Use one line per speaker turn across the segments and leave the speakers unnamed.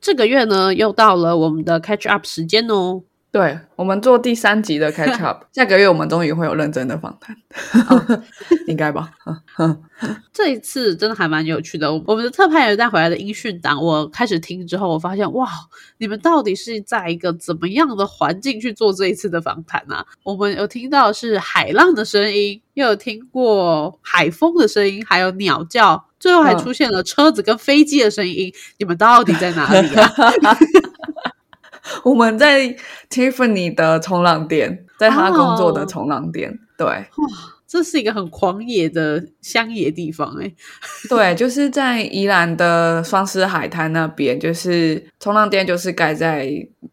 这个月呢，又到了我们的 catch up 时间哦。
对，我们做第三集的 catch up，下个月我们终于会有认真的访谈， 应该吧？
这一次真的还蛮有趣的。我们的特派员带回来的音讯档，我开始听之后，我发现哇，你们到底是在一个怎么样的环境去做这一次的访谈啊？我们有听到是海浪的声音，又有听过海风的声音，还有鸟叫，最后还
嗯
出现了车子跟飞机的声音。你们到底在哪里 啊？
我们在 Tiffany 的冲浪店，在他工作的冲浪店，对
这是一个很狂野的乡野地方哎、
对，就是在宜兰的双狮海滩那边，就是冲浪店，就是盖在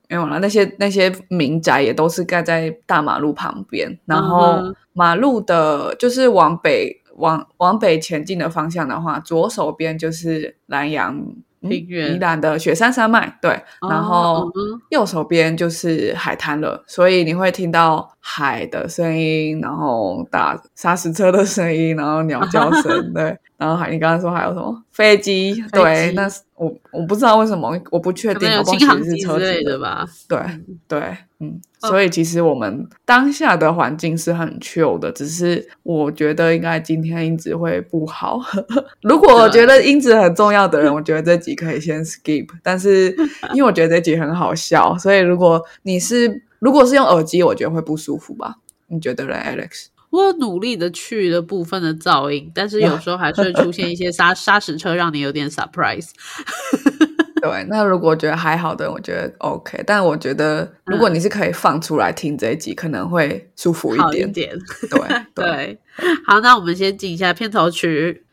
没有了，那些那些民宅也都是盖在大马路旁边，然后
嗯哼
马路的，就是往北往往北前进的方向的话，左手边就是南洋。嗯
平原
宜兰的雪山山脉，对，然后、
哦嗯
右手边就是海滩了，所以你会听到海的声音，然后打砂石车的声音，然后鸟叫 声，对，然后还你刚刚说还有什么飞机，
飞
对
机，
那是我我不知道为什么，我不确
可
定
能，有
我不
轻
知道
航
其实
机
是
之
车
类
子
的，吧。
对对，嗯，所以其实我们当下的环境是很 chill 的，只是我觉得应该今天音质会不好。 如果我觉得音质很重要的人，我觉得这集可以先 skip。但是 因为我觉得这集很好笑，所以如果你是如果是用耳机，我觉得会不舒服吧？你觉得嘞，Alex？
我有努力的去了部分的噪音，但是 有时候还是会出现一些沙沙石车，让你有点 surprise。
对，那如果觉得还好的，我觉得 OK。但我觉得如果你是可以放出来听这一集，可能 会舒服一
好一
点。
点，
对对
对。好，那我们先进一下片头曲。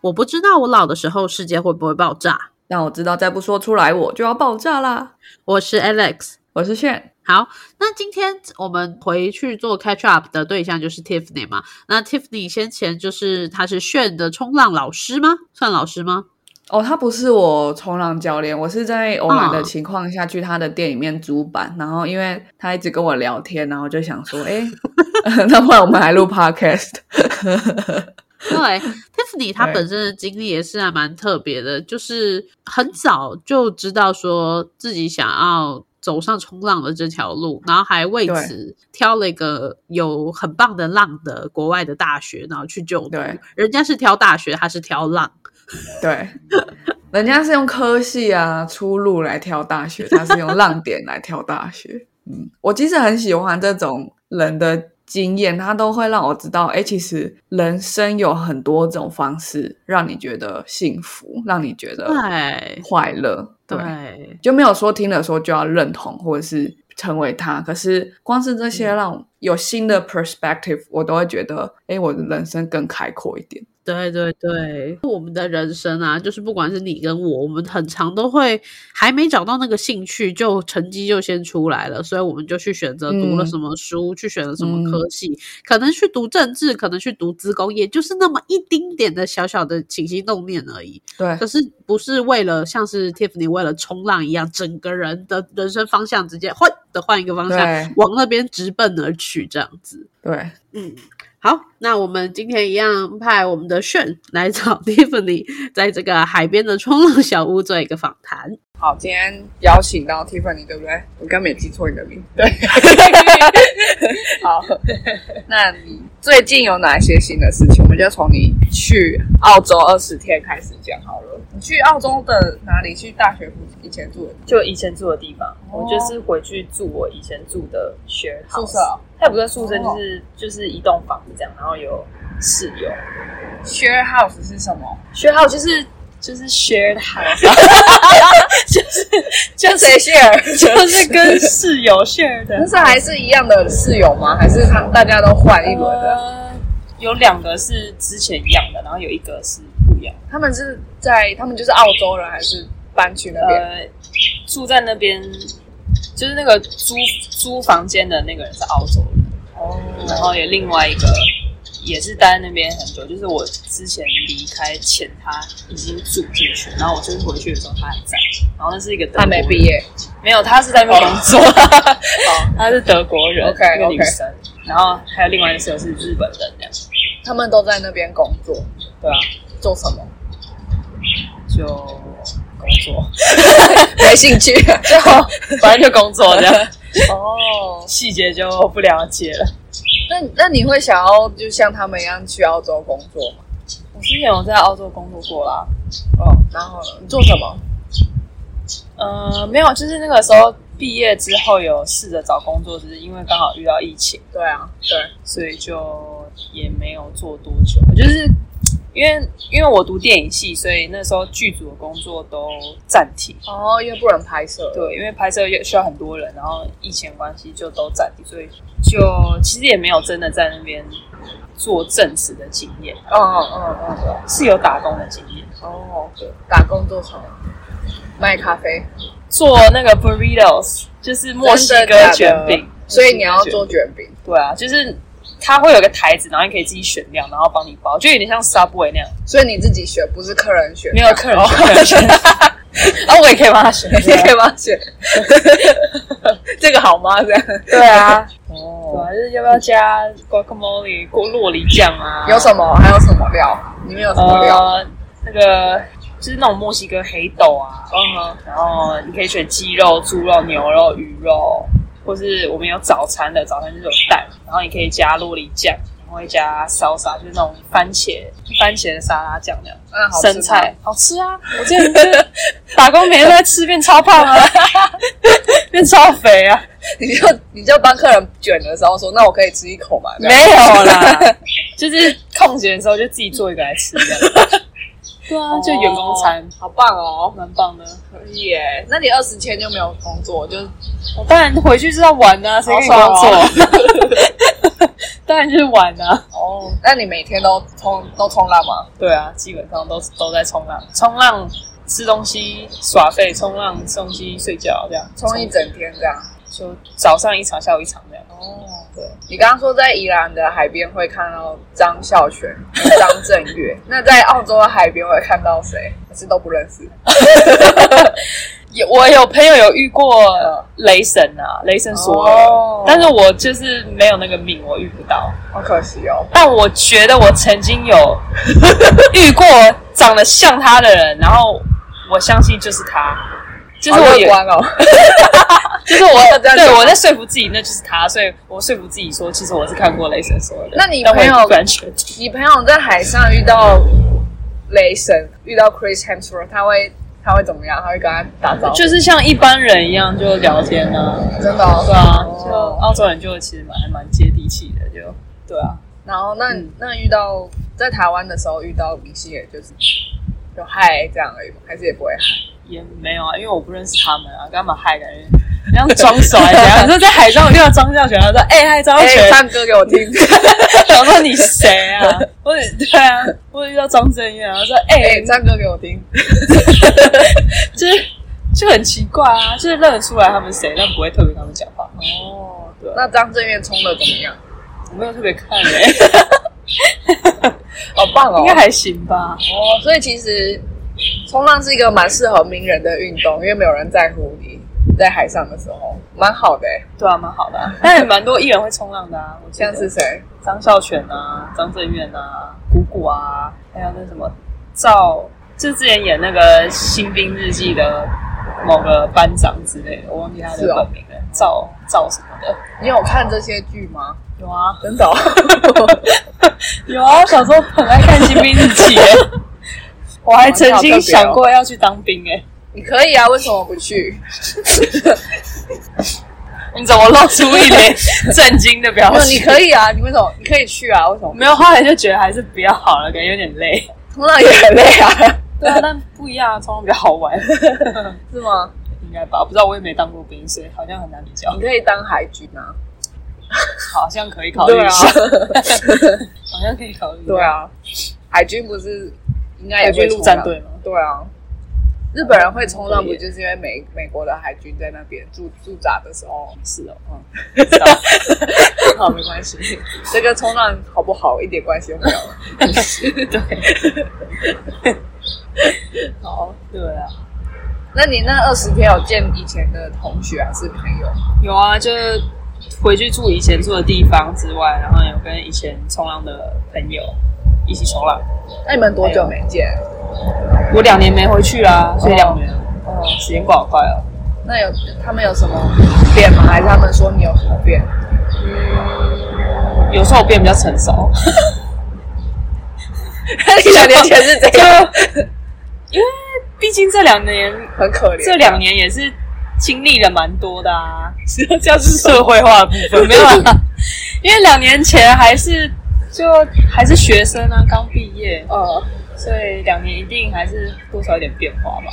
我不知道我老的时候世界会不会爆炸。
让我知道再不说出来我就要爆炸啦！
我是 Alex，
我是炫，
好，那今天我们回去做 catch up 的对象就是 Tiffany 嘛？那 Tiffany 先前就是她是炫的冲浪老师吗？算老师吗？
哦，他不是我冲浪教练，我是在偶然的
嗯
情况下去他的店里面租板，然后因为他一直跟我聊天，然后就想说，哎、 那不然我们还录 podcast？
对，Tiffany 她
对
本身的经历也是还蛮特别的，就是很早就知道说自己想要走上冲浪的这条路，然后还为
对
此挑了一个有很棒的浪的国外的大学，然后去就读
对。
人家是挑大学，她是挑浪。
对，人家是用科系啊出路来挑大学，他是用浪点来挑大学。嗯，我其实很喜欢这种人的经验，他都会让我知道，哎，其实人生有很多种方式让你觉得幸福，让你觉得
对，
快乐。对，
对。
就没有说听了说就要认同或者是成为他。可是光是这些让我有新的 perspective，我都会觉得，哎，我的人生更开阔一点。
对对对，我们的人生啊，就是不管是你跟我，我们很常都会还没找到那个兴趣，就成绩就先出来了，所以我们就去选择读了
嗯
什么书，去选了什么科系，可能去读政治，可能去读资工业，就是那么一丁点的小小的起心动念而已。
对，
可是不是为了像是 Tiffany 为了冲浪一样，整个人的人生方向直接换的换一个方向
对，
往那边直奔而去，这样子。
对。
嗯，好，那我们今天一样派我们的炫来找 Tiffany，在这个海边的冲浪小屋做一个访谈。
好，今天邀请到 Tiffany，对不对？我刚没记错你的名字。对， 好，那你最近有哪些新的事情？我们就从你去澳洲二十天开始讲好了。你去澳洲的哪里？去大学附近以前住的
就以前住的地方，
哦
我就是回去住我以前住的学
宿舍哦
它也不算宿舍，
哦
就是、就是一栋房子这样，然后有室友。
？Share house 是什么？
学号就是就是 shared house，
跟谁 share？
就是跟室友 share 的
但。 是还是一样的室友吗？还是他大家都换一轮的？
呃，有两个是之前一样的，然后有一个是不一样的。
他们是在他们就是澳洲人，还是搬去那边？
呃，住在那边就是那个租租房间的那个人是澳洲人，
哦，
然后有另外一个也是待在那边很久，就是我之前离开前他已经住进去，然后我就是回去的时候他还在，然后那是一个德国
他
人
没毕，业。
没有，他是在那边工作，哦 他是德国人
OK，
一个女
OK
生，然后还有另外一个室友是日本人，这样，
他们都在那边工作，
对啊，
做什 么？
就工作，
没兴 趣。
就 反正就工作这样，
哦，
细节就不了解了。
那那你会想要就像他们一样去澳洲工作吗？
我之前有在澳洲工作过啦，
哦，然后呢你做什么？
呃，没有，就是那个时候毕业之后有试着找工作，只是因为刚好遇到疫情，
对啊，对，
所以就也没有做多久。我就是因为因为我读电影系，所以那时候剧组的工作都暂停。
哦，因为不能拍摄。
对，因为拍摄也需要很多人，然后疫情关系就都暂停，所以就其实也没有真的在那边做正职的经验，
嗯嗯嗯嗯，对
是有打工的经验，
哦，对，打工做什么？卖咖啡，
做那个 burritos，就是墨西
真的假
哥
的
卷饼，
所以你要
墨西哥卷
做卷
饼
饼。
对啊，就是它会有个台子，然后你可以自己选料，然后帮你包，就有点像 Subway 那样，
所以你自己学，不是客人学，
没有客人选。啊，哦我也可以帮他 选。 啊
你可以帮他学。这个好吗？这样
对啊，对
哦，
啊，就是要不要加 guacamole 过洛梨酱啊？
有什么？还有什么料？你们有什么料？
呃，那个就是那种墨西哥黑豆啊，
嗯哼，
然后你可以选鸡肉、猪肉、牛肉、鱼肉，或是我们有早餐的，早餐就是有蛋，然后你可以加洛梨酱，然后会加 salsa，就是那种番茄番茄的沙拉酱那样。
那好吃吗
生菜，好吃啊！我之前 打工每天都在吃，变超胖啊， 变超肥啊，
你就你就帮客人卷的时候说，那我可以吃一口吗？这
没
样
有啦，就是空闲的时候就自己做一个来吃，这样对啊，就员工餐，
好棒哦，
蛮棒的。
可以耶！那你二十天就没有工作，就
我当然回去是要玩啊，谁跟你工
好爽哦
作？ 当然就是玩啊，
哦，那你每天都冲都冲浪吗？
对啊，基本上都都在冲浪，冲浪。吃东西耍废，冲浪吃东西睡觉，这样
冲一整天这样？
就早上一场，下午一场这样。
哦，
对，
你刚刚说在宜兰的海边会看到张孝 全、张震岳，那在澳洲的海边会看到谁？还是都不认识？
有我有朋友有遇过雷神啊，雷神索尔，
哦
但是我就是没有那个命，我遇不到。
好可惜哦。
但我觉得我曾 经有遇过长得像他的人，然后我相信就是他，就是
好
我
乐
有，
观哦，
就是我
这样讲
对我在说服自己那就是他，所以我说服自己说，其实我是看过雷神索尔的。
那你
但我也
朋友
不敢确定，
你朋友在海上遇到雷神，遇到 Chris Hemsworth，他会他会怎么样？他会跟他打招呼？
就是像一般人一样就聊天啊，
真的、哦，
对啊，就
哦
澳洲人就其实蛮还蛮接地气的，就对啊。
然后那、那遇到在台湾的时候遇到明星，也就是就嗨这样而已吗？还是也不会嗨？
也没有啊，因为我不认识他们啊，干嘛害感觉你像装熟还是怎样？ 你说在海上我遇到张孝全，他说：“哎、嗨，张孝
哎、
全。
唱歌给我听。
想说你 谁啊？我也对啊，我也遇到张震岳，然后说：“哎、
哎、唱歌给我听。
就是就很奇怪啊，就是认得出来他们谁，但不会特别跟他们讲话。
哦，
对
那张震岳冲的怎么样？
我没有特别看哎、
好棒 哦！
应该还行吧？
哦，所以其实冲浪是一个蛮适合名人的运动，因为没有人在乎你在海上的时候，蛮好的、欸。
对啊，蛮 好的、啊，但也蛮多艺人会冲浪的啊。我记得
像是谁？
张孝全啊、张震岳啊、谷谷啊，还有那什么赵，就之前演那个《新兵日记》的某个班长之类的，我忘记他的
是哦
本名了，赵赵什么的。
你有看这些剧吗？
有啊，
真的、哦？
有啊，小时候很爱看《新兵日记》 欸，我还曾
哦
经想过要去当兵哎、
你可以啊，为什么不去？
你怎么露出一 脸震惊的表
没有，你
情？
可以啊，你为什么？你可以去啊，为什么不？
没有，后来就觉得还是不要好了，感觉有点累。
冲浪也很累啊，
对 啊，但不一样啊，冲浪比较好玩，
是吗？
应该吧？不知道，我也没当过兵，所以好像很难比较
你。可以当海军啊。
好像可以考虑一下， 好像可以考虑。
对，啊，海军不是应该
海
也
军
会
陆
冲
战
浪
队吗？
对啊，日本人会冲浪，不就是因为美美国的海军在那边驻驻扎的时候？
是哦，
嗯，好，没关系， 这跟冲浪好不好一点关系都 没有。
好，对啊，
那你那二十天有见以前的同学还是朋友吗？
有啊，就是回去住以前住的地方之外，然后有跟以前冲浪的朋友一起冲浪。
那你们多久没见？
我两年没回去啦，所以两年，
哦，
时间过好快哦。
那有他们有什么变吗？还是他们说你有什么 变？
有时候我变比较成熟，
两年前是这样，
因为毕竟这两年
很可怜。啊
这两年也是经历了蛮多 的啊，
这样是
社会化的部分没 有啦，因为两年前还是就还是学生啊，刚毕业，
呃，
所以两年一定还是多少有点变化吧。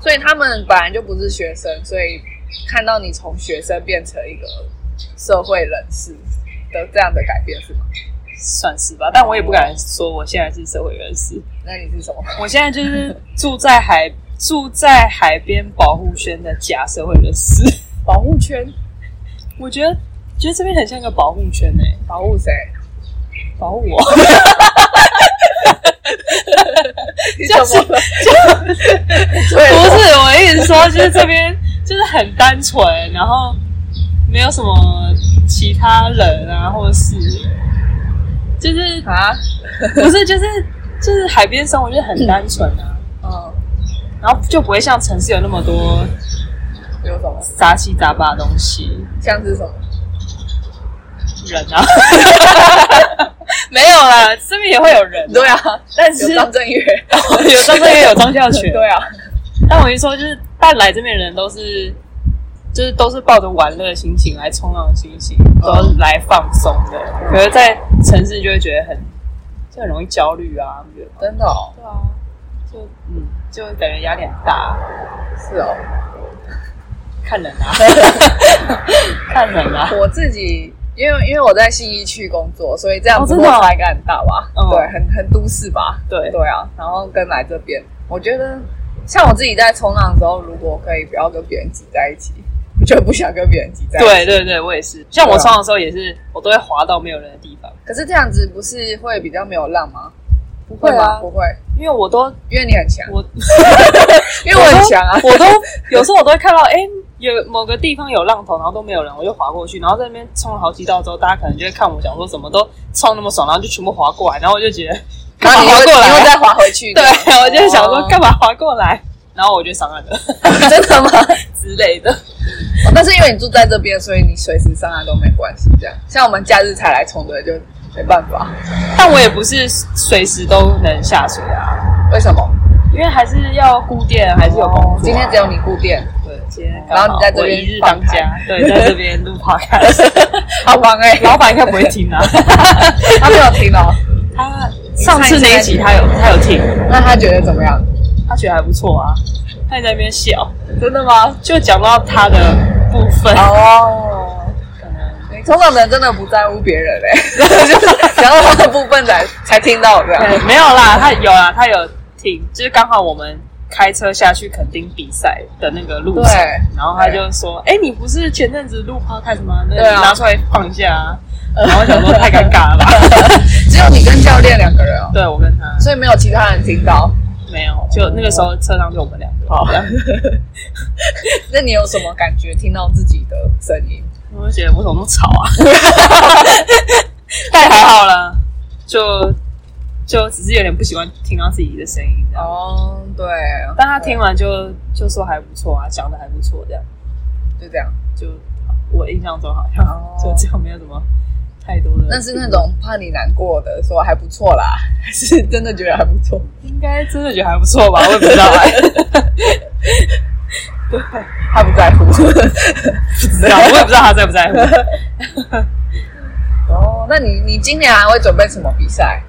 所以他们本来就不是学生，所以看到你从学生变成一个社会人士的这样的改变是吗？
算是吧，但我也不敢说我现在是社会人士，
那你是什么？
我现在就是住在海住在海边保护圈的假社会人士。
保护圈
我觉得觉得这边很像一个保护圈诶、
保护 谁？
保护我，
你怎么了？
不
对
是我一直说就是这边 就是很单纯，然后没有什么其他人啊，或者是就是
啊，
不是就是就是海边生活就是很单纯啊，
嗯，
然后就不会像城市有那么多
有什么？
杂七杂八的东西。
像是什么？
人啊， 没有啦，这边也会有人、
对，啊，
但是
有张震岳，
有张震岳，有张孝 全，
对啊，
但我一说就是，但来这边的人都是，就是都是抱着玩乐的心情来冲浪的心情，
嗯
都是来放松的。可是，在城市就会觉得很，就很容易焦虑啊，你觉得吗？
真的哦，
对啊，就嗯，就感觉压力很大，
是哦。
看人啊， 看人啊，
我自己因为因为我在信义区工作，所以这样
哦
子
真的
落
哦
差应该很大吧？
嗯
对，很很都市吧？
对
对啊，然后跟来这边，我觉得像我自己在冲浪的时候，如果可以不要跟别人挤在一起，我就不想跟别人挤在一起。
对对对，我也是。像我冲浪的时候也是，我都会滑到没有人的地方，
可是这样子不是会比较没有浪吗？
不
会吗？
啊
不，会，
因为我都
因为你很强，
我
因为我很强啊。
我都有时候我都会看到，哎、有某个地方有浪头，然后都没有人，我就划过去，然后在那边冲了好几道之后，大家可能就会看我，想说怎么都冲那么爽，然后就全部划过来，然后我就觉得干
然后
嘛
你
划
又
过来
你又
啊、
再滑回去，
对，我就想说
哦
干嘛划过来，然后我就上岸了
真的吗？
之类的。
哦但是因为你住在这边，所以你随时上岸都没关系。这样，像我们假日才来冲的就没办法。
但我也不是随时都能下水啊，
为什么？
因为还是要顾店，还是有工作啊、
哦今天只有你固店，
对，今天
然后你在这边
刚好我一日当
放
家，对，在这边录 podcast，
好忙哎、
老板应该不会听啊。
他没有听 哦。
他上次那一集他有他有听，
那他觉得怎么样？
他觉得还不错啊。他也在那边笑，
真的吗？
就讲到他的部分，
哦，
可能
你通常人真的不在乎别人哎、 就是然后他的部分才才听到这样。
对呃没有啦，他有啦，他有听，就是刚好我们开车下去垦丁比赛的那个路程
对，
然后他就说：“哎，你不是前阵子录 podcast 吗？那
对啊
拿出来放一下啊。”然后我想说太尴尬 了吧？
只有你跟教练两个人哦，
对我跟他
所以没有其他人听到。
没有，就那个时候车上就我们两个，
好
这样
那你有什么感觉？听到自己的声音？
我就觉得为什么那么吵 啊？但还好啦，就就只是有点不喜欢听到自己的声音这样。
哦，对，
但他听完就就说还不错啊，讲的还不错，这样
就这样。
就我印象中好像
哦
就这样没有什么太多的。
那是那种怕你难过的，说还不错啦， 还是真的觉得还不错？
应该真的觉得还不错吧？我也不知道 哎、
他 不在乎。
不知道我也不知道他在不在乎。
哦，那你你今年还会准备什么比赛？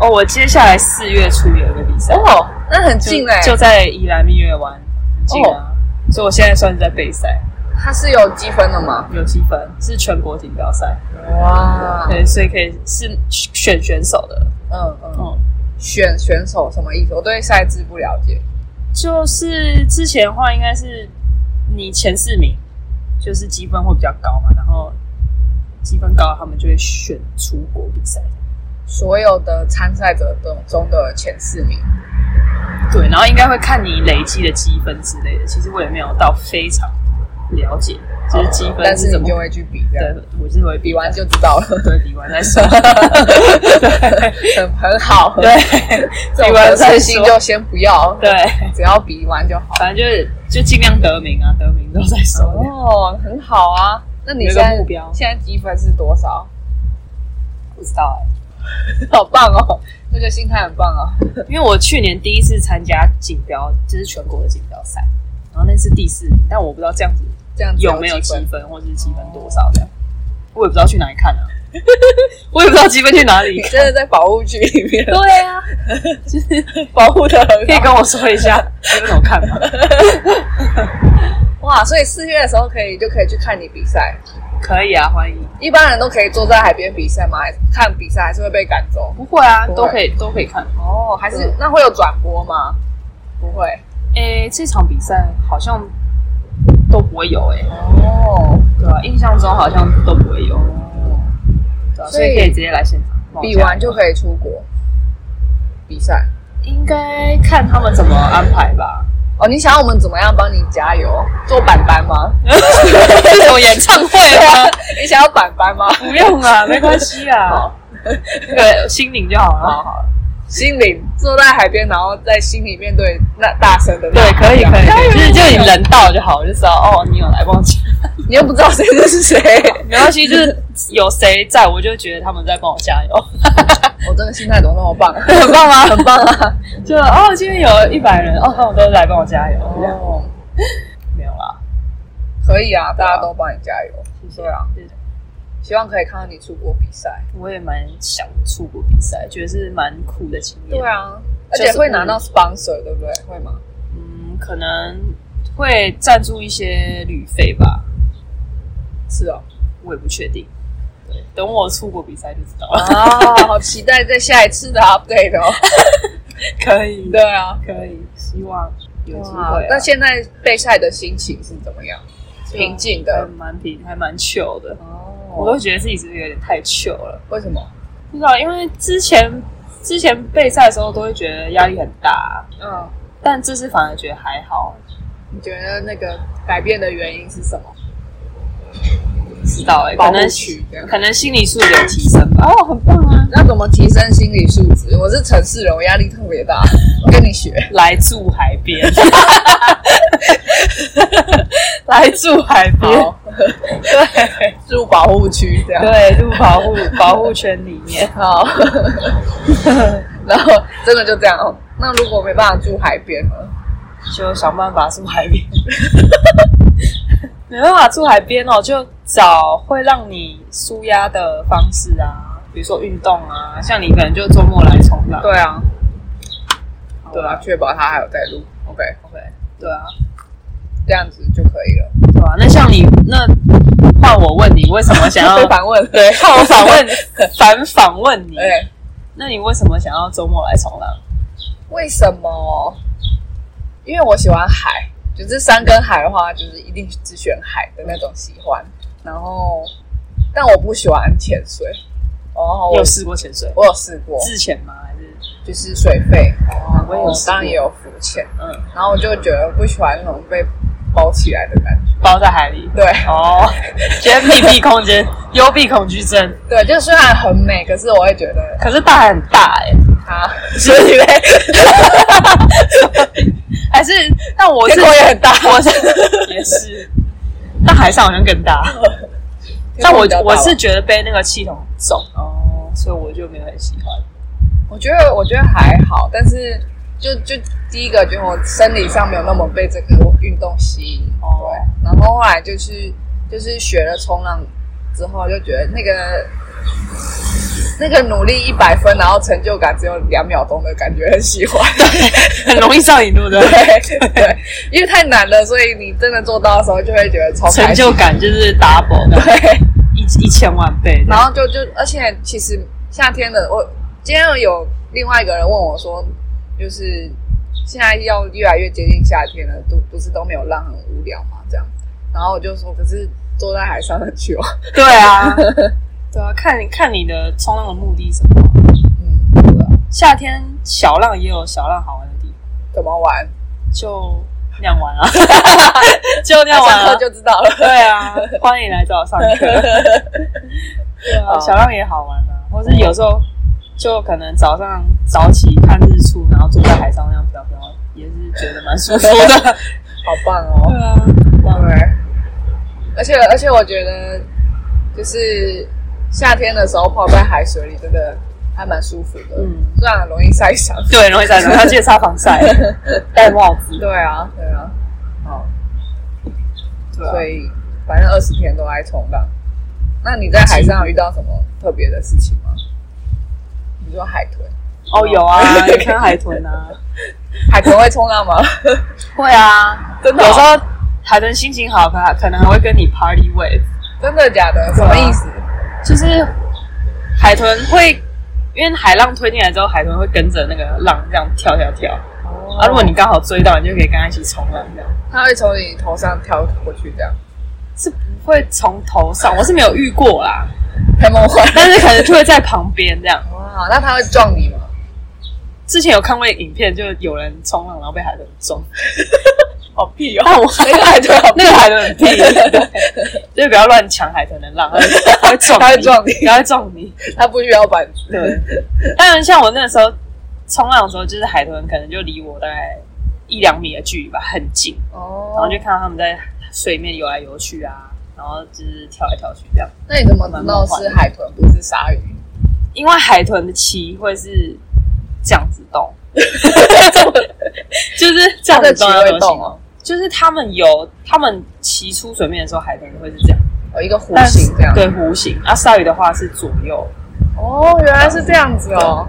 哦，我接下来四月初有一个比赛，
哦，那很
就
近嘞、哦
就在宜兰蜜月湾，很近啊。所以我现在算是在备赛，
它是有积分的吗？
有积分，是全国锦标赛。
哇，
对，所以可以是选选手的，
嗯嗯，
嗯，
选选手什么意思？我对赛制不了解。
就是之前的话，应该是你前四名，就是积分会比较高嘛，然后积分高，他们就会选出国比赛。
所有的参赛者中中的前四名，
对，然后应该会看你累积的积分之类的。其实我也没有到非常了解，就是积分
但是
怎
你
么
就会去比，这
对
样，
我是会
比完就知道了，
对 比完再说。
很很好，
对，
这
比
种
完
得
再
失心
说。
就先不要，
对，
只要比完就好。
反正就是就尽量得名啊，得名之后再说。
哦，很好啊。那你
有一
现
个
在
目标
现在积分是多少？
不知道啊
好棒哦，这个心态很棒哦。
哎、因为我去年第一次参加锦标，就是全国的锦标赛，然后那是第四名，但我不知道这样子
这样子
有没有
积
积
分？
分，或是积分多少
哦
这样，我也不知道去哪里看啊， 我也不知道积分去哪里
你。 真的在保护区里面
对啊，
保护的
可以
很好
跟我说一下你们怎么看 吗？
哇，所以四月的时候可以就可以去看你比赛。
可以啊，欢迎。
一般人都可以坐在海边比赛吗？还是看比赛还是会被赶走？
不会啊，
不会
都可以都可以看。
哦，还是
对
那会有转播吗？不会。
诶、这场比赛好像都不会有诶、
哦，
对啊，印象中好像都不会有，对啊
所
所
以
以可以直接来现场
比完就可以出国比赛。
应该看他们怎么安排吧。
哦，你想要我们怎么样帮你加油？做板 板吗？
这种演唱会吗？
你想要板板吗？
啊不用 啊，没关系啊，那个心灵就好
好
了。
好，心灵坐在海边，然后在心里面对那大声的
对，可以可以，
加油
就是就是你人到就好，我就知道哦，你有来帮我加
你又不知道谁是谁，
没关系，就是有谁在，我就觉得他们在帮我加油，
我真的心态怎么那么棒？
很棒吗？很棒啊！就哦，今天有一百人，哦，他们都来帮我加油，这样
哦，
没有啦，
可以啊，大家都帮你加油。
谢谢
对啊，希望可以看到你出国比赛。
我也蛮想出国比赛，觉得是蛮酷的经验。
对，啊，而
就是
且会拿到 sponsor，对不对？会吗？
嗯，可能会赞助一些旅费吧，
是哦。
我也不确定。对，等我出国比赛就知道了。
啊，好期待在下一次的 update 哦。
可以
对啊，
可以，希望有机会、
哇
啊。
那现在备赛的心情是怎么样？
对啊嗯
平静
还
的。
蛮平，还蛮 chill 的。我
哦，
都觉得自己是不是有点太 chill 了？
为什么？
不知道，因为之前之前备赛的时候都会觉得压力很大，
嗯，
但这次反而觉得还好。
你觉得那个改变的原因是什么？
不知道哎、
保
可
护
能
区这样
可能心理素质有提升吧。哦，很棒啊！
那怎么提升心理素质？我是城市人，我压力特别大， 我跟你学。
来住海边， 来住海边，
好，对，住保护区这样。
对，住保护保护圈里面。
好，然后真的就这样哦。那如果没办法住海边呢？
就想办法住海边。没办法住海边哦，就找会让你舒压的方式啊，比如说运动啊，像你可能就周末来冲浪。
对啊，
对
对啊，
啊
确保他还有在录。OK，
，OK，对啊，
这样子就可以了。
对啊。那像你那换我问你，为什么想要
被啊反问，
对换我反 问 反反问你？
哎，
那你为什么想要周末来冲浪？
为什么？因为我喜欢海，就是山跟海的话，就是一定只选海的那种喜欢。然后，但我不喜欢潜水。哦，我
有试过潜水？
我有试过，
自潜吗？还是
就是水费，然
哦我也有
后
试过
当然也有浮潜，
嗯，
然后我就觉得不喜欢那种被包起来的感觉。
包在海里？
对
哦，觉得密闭空间， 幽闭恐惧症。
对，就虽然很美，可是我会觉得
可是大海很大哎、
它
所以嘞， 还是但我是
天空也很大
我是也是，但海上好像更大。
哦
但我我是觉得被那个气筒重哦，所以我就没有很喜 欢。
我觉得我觉得还好，但是就就第一个，就我生理上没有那么被这个运动吸引，
哦
对。然后后来就是就是学了冲浪之后，就觉得那个那个努力一百分，然后成就感只有两秒钟的感觉，很 喜欢。
很容易上瘾，对不对？
对对，因为太难了，所以你真的做到的时候，就会觉得超开
成
心。
就感就是 double 的，
对。
一一千万倍。
然后就就，而且其实夏天的我今天有另外一个人问我说，就是现在要越来越接近夏天了，都不是都没有浪，很无聊嘛，这样。然后我就说，可是坐在海上很久，
对啊，对啊，看你看你的冲浪的目的是什么。
嗯，对啊，
夏天小浪也有小浪好玩的地方，
怎么玩？
就那样玩 啊，就那样玩
上课
啊。
就知道了。
对啊，欢迎来找我上 课。对啊，
好
小浪也好玩啊，或是有时候就可能早上早起看日出，然后坐在海上那样飘飘，也是觉得蛮舒服 的。
好棒哦！
对啊，
对，而且而且我觉得，就是夏天的时候泡在海水里，真的还蛮舒服的。
嗯，
虽然很容易晒伤。
对，容易晒伤，要记得擦防 晒，戴帽子。
对啊，对啊，好，所
对啊，
以反正二十天都爱冲浪。那你在海上有遇到什么特别的事情吗？比如说海豚，
哦，有啊， 有看海豚啊，
海豚会冲浪吗？
会啊，
真的哦
有时候海豚心情好，它可能还会跟你 party wave。
真的假的？什么意思？
就是海豚会，因为海浪推进来之后，海豚会跟着那个浪这样跳跳跳。啊，如果你刚好追到，你就可以跟它一起冲浪，这样
它会从你头上跳过去，这样
是不会从头上，我是没有遇过啦，
太梦幻了。
但是可能就会在旁边这样。
哇，那它会撞你吗？
之前有看过影片，就有人冲浪然后被海豚撞，
好屁哦！
但我
那个海豚好
那个海豚很屁，就是不要乱抢海豚的浪，它会 它会撞，
它会撞你
它会撞你。
它不需要板子。
对，当然 像我那个时候冲浪的时候，就是海豚可能就离我大概一两米的距离吧，很近。
哦，
然后就看到他们在水面游来游去啊，然后就是跳来跳去这样。
那你怎么知道是海豚不是鲨鱼？
因为海豚的鳍会是这样子动，就是这
它
样
的
子
鳍
动要
会
怎么
动
形容？
哦，
就是他们有他们鳍出水面的时候，海豚会是这样，
有啊哦一个弧
但是
形这样。
对弧形。啊，鲨鱼的话是左右，
哦，原来是这样子哦。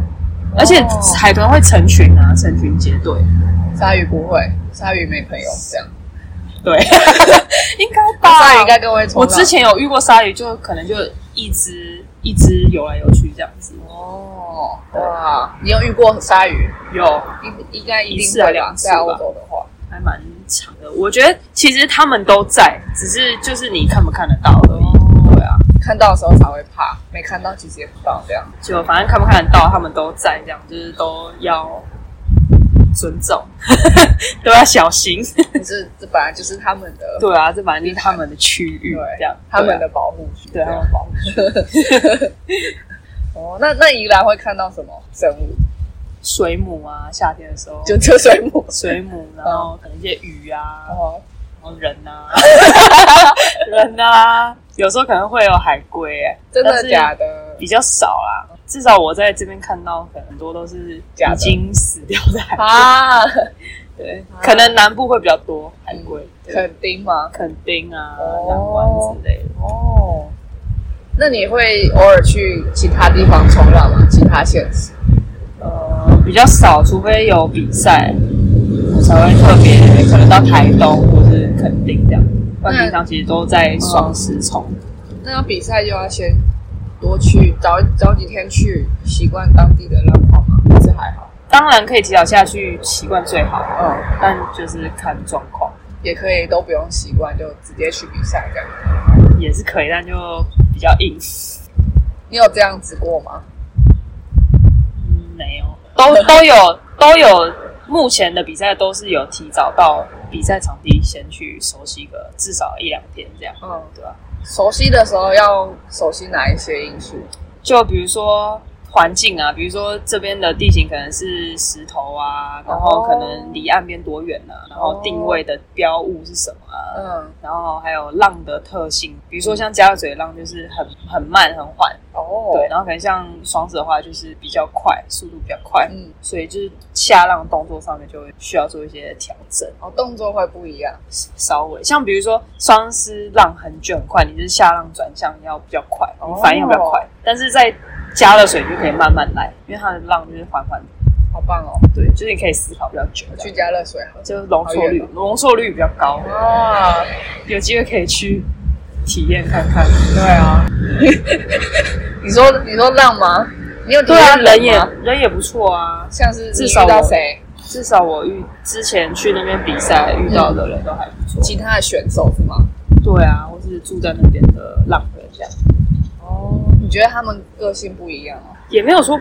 而且海豚会成群啊，成群结队。
鲨鱼不会，鲨鱼没朋友这样。
对， 应该吧？
鲨鱼应该更会冲
我
浪。
之前有遇过鲨鱼，就可能就一只一只游来游去这样子。
哦，哇，你有遇过鲨鱼？
有，
应应该一
一
定
次啊
会吧
两次
在
吧
欧洲的话，
还蛮长的。我觉得其实他们都在，只是就是你看不看得到而
哦
已。对啊，
看到的时候才会怕，没看到其实也不知道这样。
就反正看不看得到，他们都在，这样就是都要尊重， 都要小心。
可是这本来就是他们的，
对啊，这反正就是他们的区域
对，
这样，
他们的保护区，
对啊对他
这样
们的保护
哦，那那宜兰会看到什么生物？
水母啊，夏天的时候
就就水母。
水母，然后 可能一些鱼啊，
哦，
然后人 啊，人啊，有时候可能会有海龟、欸，
真
但
的
是
假的？
比较少啦。至少我在这边看到，可能很多都是
假的
已经死掉的海龟，
啊，
对，可能南部会比较多海龟，对
垦丁吗？
垦丁啊、
啊哦
南湾之类的。
哦，那你会偶尔去其他地方冲浪吗？其他县市？
呃，比较少，除非有比赛，我才会特别可能到台东或是垦丁这样。不然平常其实都在双
嗯
十冲，
那要比赛就要先多去早早几天去，习惯当地的浪况吗？还是还好？
当然可以提早下去，习惯最好，
嗯，
但就是看状况
也可以都不用习惯，就直接去比赛这样。
也是可以，但就比较硬。
你有这样子过吗？
嗯，没有，都都有都有。目前的比赛都是有提早到比赛场地先去熟悉个至少一两天这样，
嗯，
对吧、
熟悉的时候要熟悉哪一些因素？
就比如说环境啊，比如说这边的地形可能是石头啊，然后可能离岸边多远啊，然后定位的标物是什么啊，
嗯，
然后还有浪的特性，比如说像加勒嘴浪就是很很慢很缓，
哦，
对，然后可能像双子的话就是比较快，速度比较快，
嗯，
所以就是下浪动作上面就会需要做一些调整，
哦，动作会不一样。
稍微像比如说双丝浪很卷很快，你就是下浪转向要比较快，
哦
你反应要比较快，但是在加了水就可以慢慢来，因为它的浪就是缓缓，
好棒哦！
对，就是你可以思考比较久
我，去
去
加热水好了。
就是容错率容错率比较高，
啊，
有机会可以去体验看看。
对啊。你说你说浪吗？你有体
对啊，
验
人也
吗
人也不错啊，
像是你
至
遇
少
到
我
谁，
至少我遇之前去那边比赛遇到的人都还不错。
其他的选手是吗？
对啊，或是住在那边的浪人这样，
哦，你觉得他们个性不一样吗？
也没有说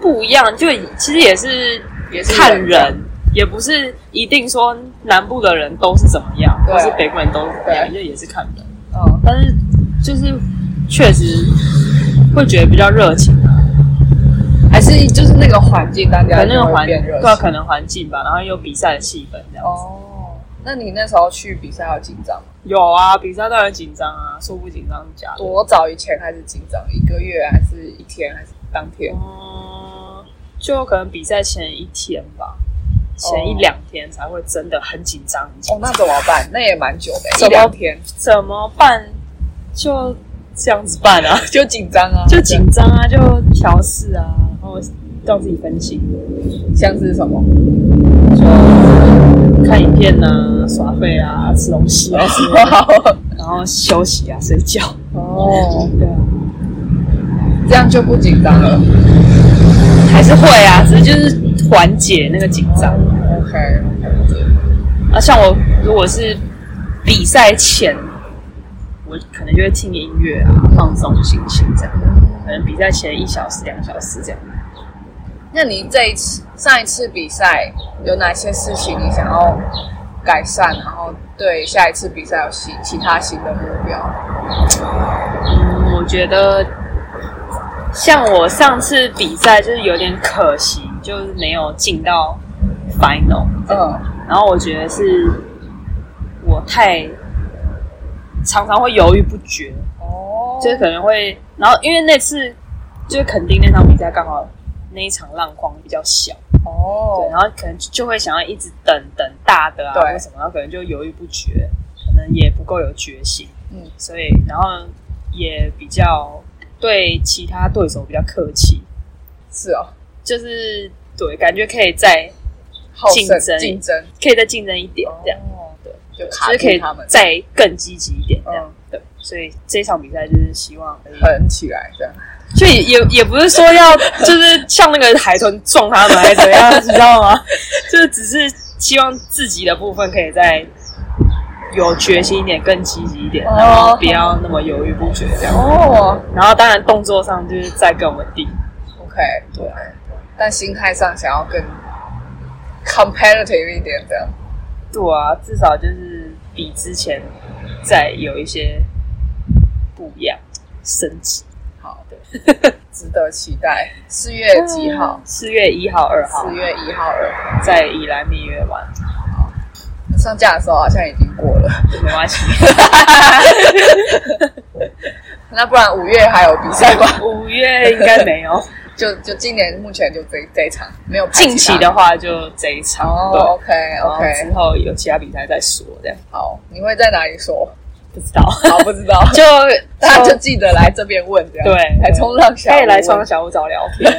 不一样，就其实也是
也是啊
看人，也不是一定说南部的人都是怎么样，
对
或是北部人都是怎么样，
对
就也是看人。
嗯，
但是就是确实会觉得比较热情啊，
还是就是那个环境，大
可
家
能那
就
个
会
环
变热
对啊，
情
可能环境吧，然后有比赛的气氛这样子。
哦，那你那时候去比赛有紧张吗？
有啊，比赛当然紧张啊，说不紧张是假的。
多早以前开始紧张？一个月还是一天还是当天？
嗯，就可能比赛前一天吧，前一
哦
两天才会真的很紧张。很
哦
紧，
那
张
怎么办？那也蛮久的，
怎
一
么
两天
怎么办？就这样子办 啊，
就紧张啊，
就紧张啊，就调试啊，然后让自己分心，
像是什么？
就看影片啊、耍废啊、吃东西啊之类的，然后休息啊、睡觉。
哦，
对啊，
这样就不紧张了。
还是会啊，只是就是缓解那个紧张。
OK，
啊，像我如果是比赛前，我可能就会听音乐啊，放松心情这样。可能比赛前一小时、两小时这样。
那你这一次上一次比赛有哪些事情你想要改善，然后对下一次比赛有其其他新的目标？
嗯，我觉得像我上次比赛就是有点可惜，就是没有进到 final。
嗯，
然后我觉得是我太常常会犹豫不决，
哦
就是可能会，然后因为那次就是肯定那场比赛刚好那一场浪况比较小。对，
哦，
然后可能就会想要一直等等大的啊，
对
或什么，然后可能就犹豫不决，可能也不够有决心，
嗯，
所以然后也比较对其他对手比较客气，
是哦，
就是对，感觉可以再
好胜
竞争
竞争
可以再竞争一点这样，
哦
对，
就
就
卡
是可
住
以
他们，
再更积极一点这样，
嗯，
对，所以这场比赛就是希望呃可以
狠起来这样。
就也也也不是说要就是像那个海豚撞他们还是怎样，你知道 吗？就是只是希望自己的部分可以再有决心一点，更积极一点，
哦
然后不要那么犹豫不决这样。
哦
然后当然动作上就是再更稳定，
，OK，对，但心态上想要更 competitive 一点这样。
对啊，至少就是比之前再有一些不一样升级。
好的，值得期待。四月几号？
四月一号、二号
嗯四月一号、二号。
在宜兰蜜月玩，
上架的时候好像已经过了，
没关系。
那不然五月还有比赛吗？
五月应该没有。
就就今年目前就这这一场没有排
近
其
期
他
的话就这一场，对
哦，OK
然后
OK，
之后有其他比赛再说，这样
好，你会在哪里说？
不知道，
好，不知道，
就
大家就
就
记得来这边问，这样
对
来冲浪小屋
可以来
问
冲小屋找聊 天，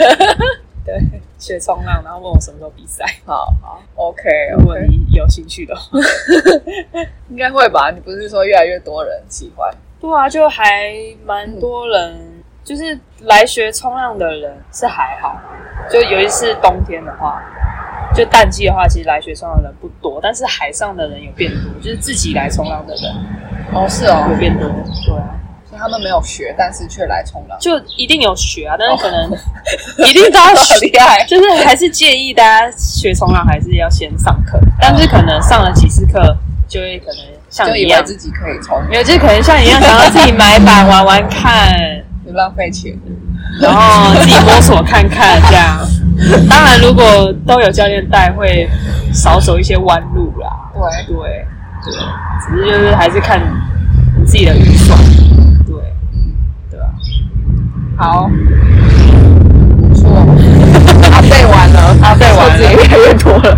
对，学冲浪，然后问我什么时候比赛，
好好，OK
如果
OK，
你有兴趣的话，
应该会吧？你不是说越来越多人喜欢？
对啊，就还蛮多人，就是来学冲浪的人是还好，就尤其是冬天的话。就淡季的话，其实来学冲浪的人不多，但是海上的人有变多，就是自己来冲浪的人
哦，是哦
有变多。对啊，
所以他们没有学，但是却来冲浪，
就一定有学啊，
哦
但是可能一定都要
好
学，
厉害！
就是还是建议大家学冲浪还是要先上课，但是可能上了几次课，就会可能像
就
你一
以为
样，
自己可以冲，
没有，就是可能像你一样想要自己买板玩玩看，
就浪费钱。
然后自己摸索看看这样。当然，如果都有教练带，会少走一些弯路啦。
对，
对对，只是就是还是看你自己的预算。对
嗯，
对吧？好，
不错。啊，背完了，啊，背
完了
越来越多了，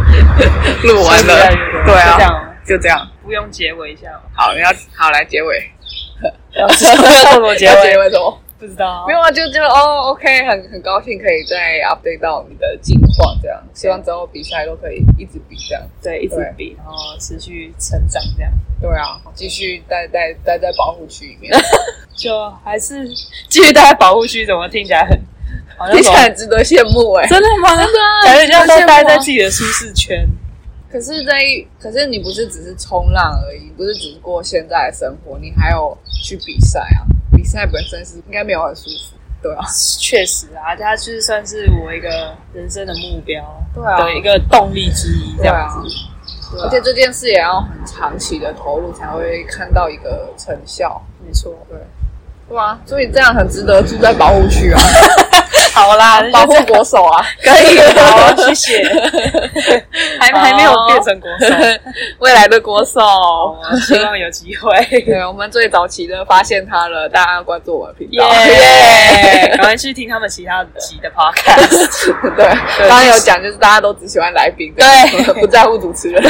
录完
就
了
是越来越多，就
对
这
啊，
样
就这样。
不用结尾一下吗？
好，你要好来结 尾，
要怎么
要结？尾什么？
不知道
没有啊，就就哦，OK，很很高兴可以再 update 到你的近况，这样，希望之后比赛都可以一直比这样。
对，一直
对
比，然后持续成长，这样
对啊，继续待待待 在保护区里面。
就还是继续待在保护区，怎么听起来很好像
听起来
我
很值得羡慕哎、
真的吗？真的，感觉像都待在自己的舒适圈。
可是在，可是你不是只是冲浪而已，不是只是过现在的生活，你还有去比赛啊！比赛本身是应该没有很舒服，对啊，
确实啊，它就是算是我一个人生的目标
对啊
的一个动力之一，这样子。对啊
而且这件事也要很长期的投入才会看到一个成效，
没错，
对，对啊，所以这样很值得住在保护区啊，
好啦，那
保
就
护
这样
国手啊，
可以好，谢谢。 啊还还没有
哦
变成国手，
未来的国手。
我希望有机会。
对，我们最早期的发现他了，大家关注我的频
耶
道。！
赶 快去听他们其他集的 podcast。
对，刚刚有讲，就是大家都只喜欢来宾，
对
不在乎主 持人。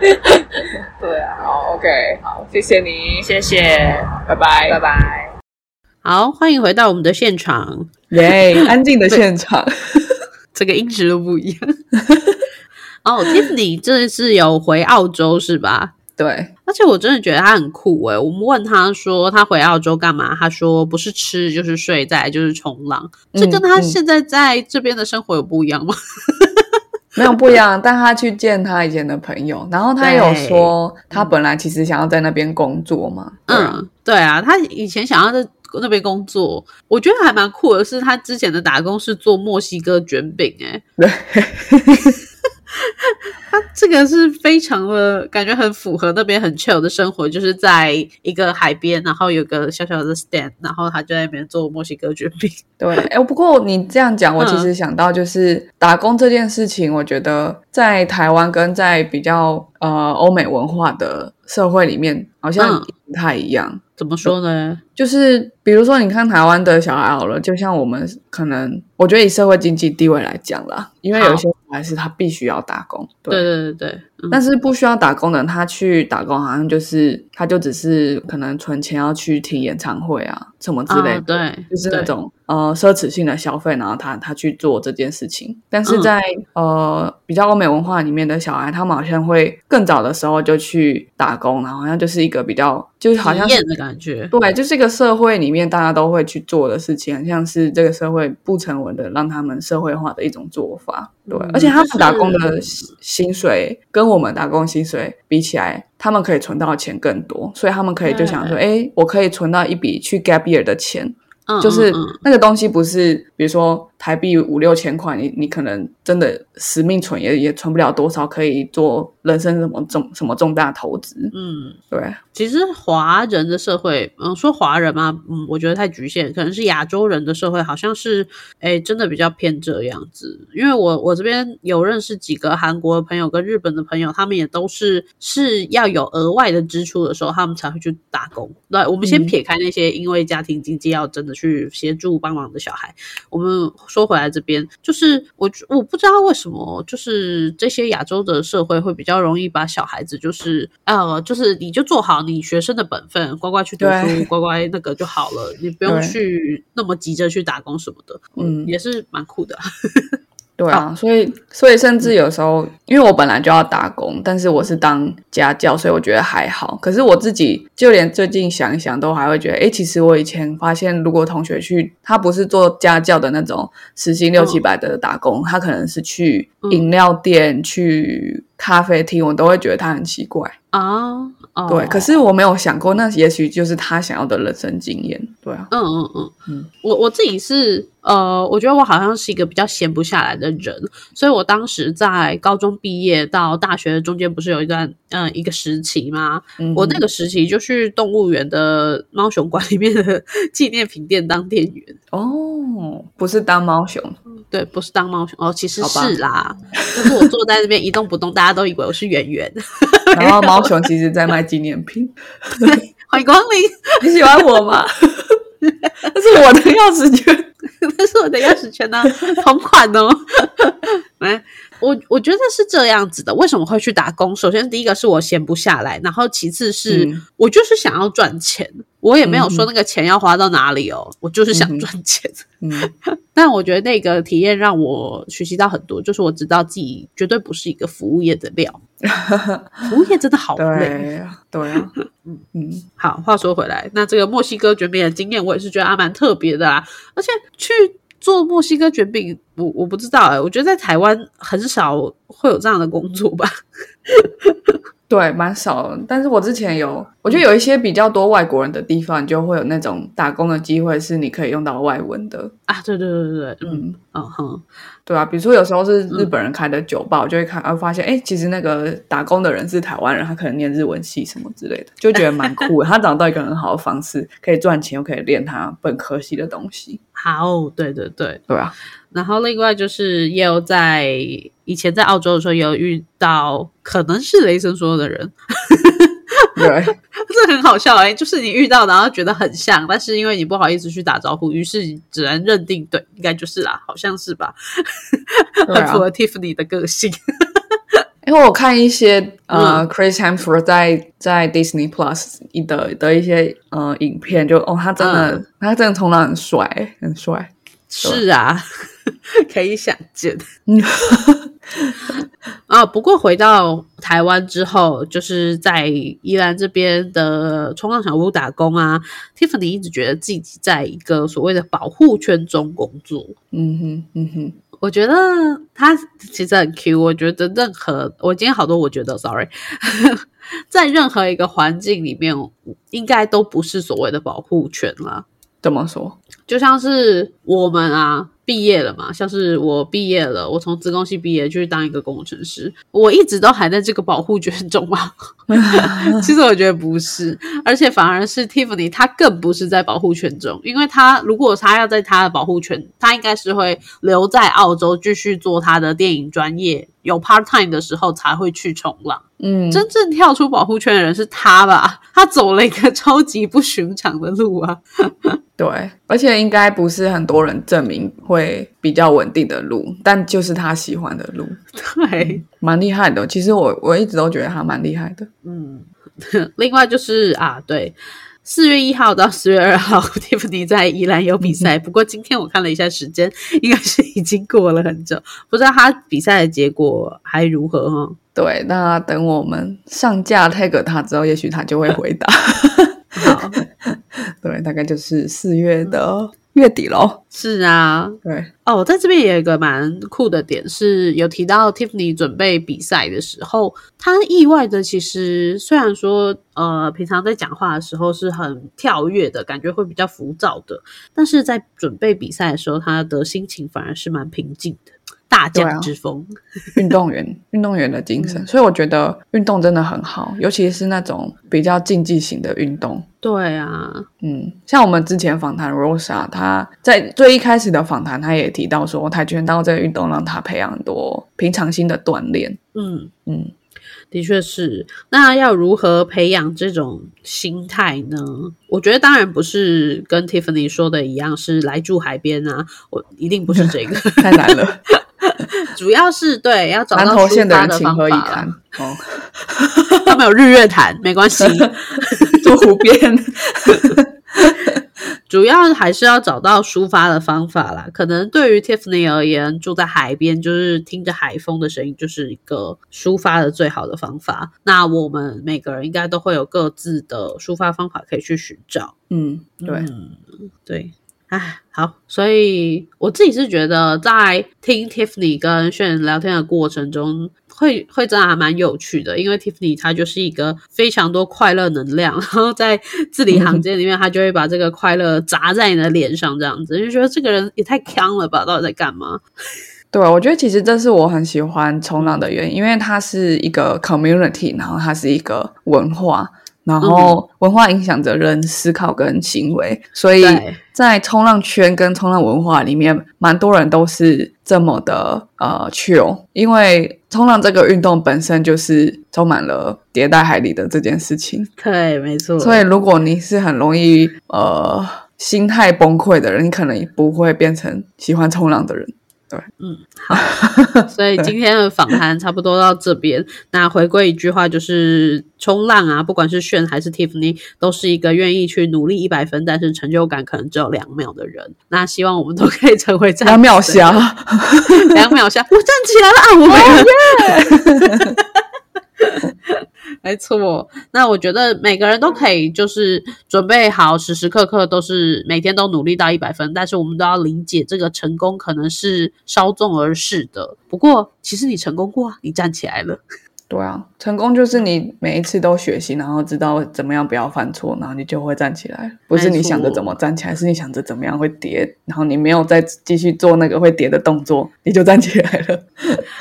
对啊，
好，OK，好，谢谢你，
谢谢，
拜拜，
拜。拜。
好，欢迎回到我们的现场。
耶、 安静的现场，
这个音质都不 一样。哦，Tiffany 这次有回澳洲是吧？
对，
而且我真的觉得他很酷诶、我们问他说他回澳洲干嘛，他说不是吃就是睡，再来就是冲浪。这跟他
嗯嗯
现在在这边的生活有不一样吗？
没有不一样。但他去见他以前的朋友，然后他有
对
说他本来其实想要在那边工作嘛，对啊，
嗯，对啊，他以前想要在那边工作，我觉得还蛮酷的是，他之前的打工是做墨西哥卷饼、 欸，
对，
他这个是非常的感觉很符合那边很 chill 的生活，就是在一个海边，然后有个小小的 stand，然后他就在那边做墨西哥卷饼，
对，哎、不过你这样讲，我
嗯
其实想到就是打工这件事情，我觉得在台湾跟在比较呃欧美文化的社会里面，好像
嗯
不太一样。
怎么说呢？
就是比如说，你看台湾的小孩好了，就像我们可能，我觉得以社会经济地位来讲啦，因为有些小孩是他必须要打工，
对对对对，嗯
但是不需要打工的人，他去打工好像就是，他就只是可能存钱要去听演唱会啊什么之类
啊
的，
对
就是那
对
种呃奢侈性的消费，然后他他去做这件事情。但
嗯
是在、呃比较欧美文化里面的小孩，他们好像会更早的时候就去打工，然后好像就是一个比较就是好像
体
是
验的感觉，
对，就是一个社会里面大家都会去做的事情，很像是这个社会不成文的让他们社会化的一种做法。对，
嗯
而且他们
就是
打工的薪薪水跟我们打工薪水比起来，他们可以存到的钱更多，所以他们可以就想说，哎，我可以存到一笔去 gap year 的钱，
嗯，
就是
嗯嗯
那个东西不是，比如说台币五六千块，你你可能真的死命存也也存不了多少，可以做人生什么重什么重大投资。
嗯
对，
其实华人的社会，嗯，说华人嘛，嗯，我觉得太局限，可能是亚洲人的社会好像是，哎，真的比较偏这样子。因为我我这边有认识几个韩国的朋友跟日本的朋友，他们也都是是要有额外的支出的时候，他们才会去打工。那我们先
嗯
撇开那些因为家庭经济要真的去协助帮忙的小孩，我们说回来这边，就是我我不知道为什么，就是这些亚洲的社会会比较容易把小孩子就是呃，就是你就做好你学生的本分，乖乖去读书
对，
乖乖那个就好了，你不用
对
去那么急着去打工什么的，
嗯
也是蛮酷的。
对
哦
啊，所以所以甚至有时候，因为我本来就要打工，但是我是当家教，所以我觉得还好。可是我自己就连最近想一想，都还会觉得，诶，其实我以前发现，如果同学去，他不是做家教的那种时薪
嗯
六七百的打工，他可能是去饮料店、去咖啡厅，我都会觉得他很奇怪。
啊，哦
对，可是我没有想过，那也许就是他想要的人生经验。对啊，
嗯嗯嗯
嗯
我我自己是呃，我觉得我好像是一个比较闲不下来的人，所以我当时在高中毕业到大学中间，不是有一段嗯、一个时期吗？
嗯
我那个时期就去动物园的猫熊馆里面的 纪念品店当店员，
哦，不是当猫 熊，
对，不是当猫熊哦，其实
好吧
是啦，就是我坐在那边一动不动，大家都以为我是圆圆，
然后猫熊其实在卖纪念品。
欢迎光临，
你喜欢我吗？ 这是我的钥匙圈。
那是我的钥匙圈呢、同款哦。 来，我我觉得是这样子的，为什么会去打工？首先第一个是我闲不下来，然后其次是、
嗯
我就是想要赚钱，我也没有说
嗯
那个钱要花到哪里哦，我就是
嗯
想
哼
赚钱。
嗯，
但我觉得那个体验让我学习到很多，就是我知道自己绝对不是一个服务业的 料，服务业真的好累。
对啊， 对啊，嗯
好，话说回来，那这个墨西哥卷饼的经验，我也是觉得还蛮特别的啦。而且去做墨西哥卷饼，我我不知道哎、我觉得在台湾很少会有这样的工作吧。
对，蛮少的。但是我之前有，我觉得有一些比较多外国人的地方，你就会有那种打工的机会，是你可以用到外文的。
啊，对对对对对，嗯
嗯，
哦哼，
对啊，比如说有时候是日本人开的酒吧，我就会看，啊，发现哎，诶其实那个打工的人是台湾人，他可能念日文系什么之类的，就觉得蛮酷的。他找到一个很好的方式，可以赚钱，又可以练他本科系的东西，
好，对对对。
对啊，
然后另外就是也有在以前在澳洲的时候，也有遇到可能是雷神说的人，
对，
这很好笑哎、就是你遇到然后觉得很像，但是因为你不好意思去打招呼，于是你只能认定对，应该就是啦，好像是吧？
对啊
很符合 Tiffany 的个性。
因为我看一些呃、Chris Hemsworth 在在 Disney Plus 的的一些呃影片，就哦，他真的、
嗯
他真的冲浪很帅，很帅。
是啊， 可以想见。
嗯
啊，不过回到台湾之后，就是在宜兰这边的冲浪小屋打工啊，Tiffany 一直觉得自己在一个所谓的保护圈中工作。
嗯哼，嗯哼，
我觉得他其实很 Q。我觉得任何我今天好多我觉得，sorry，在任何一个环境里面，应该都不是所谓的保护圈啦。
怎么说？
就像是我们啊，毕业了嘛，像是我毕业了，我从资工系毕业去当一个工程师，我一直都还在这个保护圈中吗？ 其实我觉得不是，而且反而是 Tiffany，她更不是在保护圈中，因为她如果她要在她的保护圈，她应该是会留在澳洲继续做她的电影专业，有 part time 的时候才会去冲浪。
嗯，
真正跳出保护圈的人是她吧？她走了一个超级不寻常的路啊！
对，而且应该不是很多人证明会比较稳定的路，但就是他喜欢的路，
对。
蛮厉害的。其实我我一直都觉得他蛮厉害的。
嗯， 另外就是啊，对，四月一号到四月二号 ，Tiffany 在宜兰有比赛。不过今天我看了一下时间，应该是已经过了很久，不知道他比赛的结果还如何哈。
对，那等我们上架 tag 他之后，也许他就会回答。
好，
对，大概就是四月的月底喽。
是啊，
对，
哦，我在这边也有一个蛮酷的点是，有提到 Tiffany 准备比赛的时候，她意外的其实虽然说呃平常在讲话的时候是很跳跃的感觉，会比较浮躁的，但是在准备比赛的时候，她的心情反而是蛮平静的，大
对啊
将之风。
运动员， 运动员的精
嗯
神，所以我觉得运动真的很好，尤其是那种比较竞技型的运动。
对啊，
嗯，像我们之前访谈 Rosa，她在最一开始的访谈，她也提到说，跆拳道这个运动让她培养很多平常心的锻炼。
嗯，
嗯，
的确是。那要如何培养这种心态呢？我觉得当然不是跟 Tiffany 说的一样，是来住海边啊，我一定不是这个。
太难了，
主要是对 要找
南
到
投
抒
县的
发
人
的
情
方
何以
法
堪
啦。？
哦，
他们有日月潭，没关系，
住湖 边，
主要还是要找到抒发的方法啦。可能对于 Tiffany 而言，住在海边就是听着海风的声音，就是一个抒发的最好的方法。那我们每个人应该都会有各自的抒发方法可以去寻找。
嗯，对，
嗯对，哎，好，所以我自己是觉得，在听 Tiffany 跟炫聊天的过程中，会会真的还蛮有趣的，因为 Tiffany 她就是一个非常多快乐能量，然后在字里行间里面，她就会把这个快乐砸在你的脸上，这样子就觉得这个人也太强了吧，到底在干嘛？
对，我觉得其实这是我很喜欢冲浪的原因，因为它是一个 community，然后它是一个文化，然
嗯
后文化影响着人思考跟行为，所以
对
在冲浪圈跟冲浪文化里面，蛮多人都是这么的呃 chill，因为冲浪这个运动本身就是充满了跌在海里的这件事情，
对，没错，
所以如果你是很容易呃心态崩溃的人，你可能也不会变成喜欢冲浪的 人。
所以今天的访谈差不多到这边。那回归一句话，就是冲浪啊，不管是炫还是 Tiffany，都是一个愿意去努力一百分，但是成就感可能只有两秒的人。那希望我们都可以成为这样
两
子的
秒侠。
两秒下，我站起来了啊！我没了。 没错，那我觉得每个人都可以，就是准备好，时时刻刻都是每天都努力到一百分，但是我们都要理解，这个成功可能是稍纵而逝的。不过，其实你成功过啊，你站起来了。
对啊，成功就是你每一次都学习，然后知道怎么样不要犯错，然后你就会站起来。不是你想着怎么站起来，是你想着怎么样会跌，然后你没有再继续做那个会跌的动作，你就站起来了。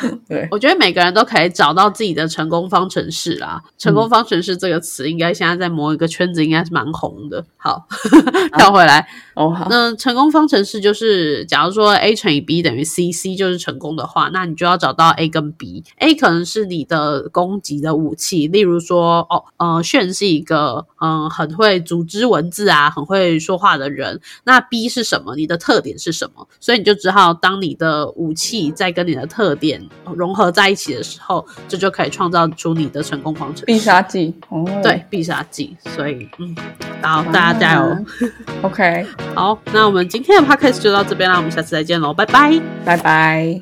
对，
我觉得每个人都可以找到自己的成功方程式啦。成功方程式这个词，应该现在在某一个圈子应该是蛮红的。好， 跳回来，
哦好，
那成功方程式就是，假如说 a 乘以 b 等于 c，c 就是成功的话，那你就要找到 a 跟 b。a 可能是你的攻击的武器，例如说，哦，呃，炫是一个嗯、呃很会组织文字啊，很会说话的人。那 B 是什么？你的特点是什么？所以你就只好当你的武器在跟你的特点呃融合在一起的时候，这就可以创造出你的成功方程式。
必杀技哦，
对必杀技，所以嗯，好，大家加油。
，OK，
好，那我们今天的 podcast 就到这边啦，我们下次再见喽，拜拜。
拜拜。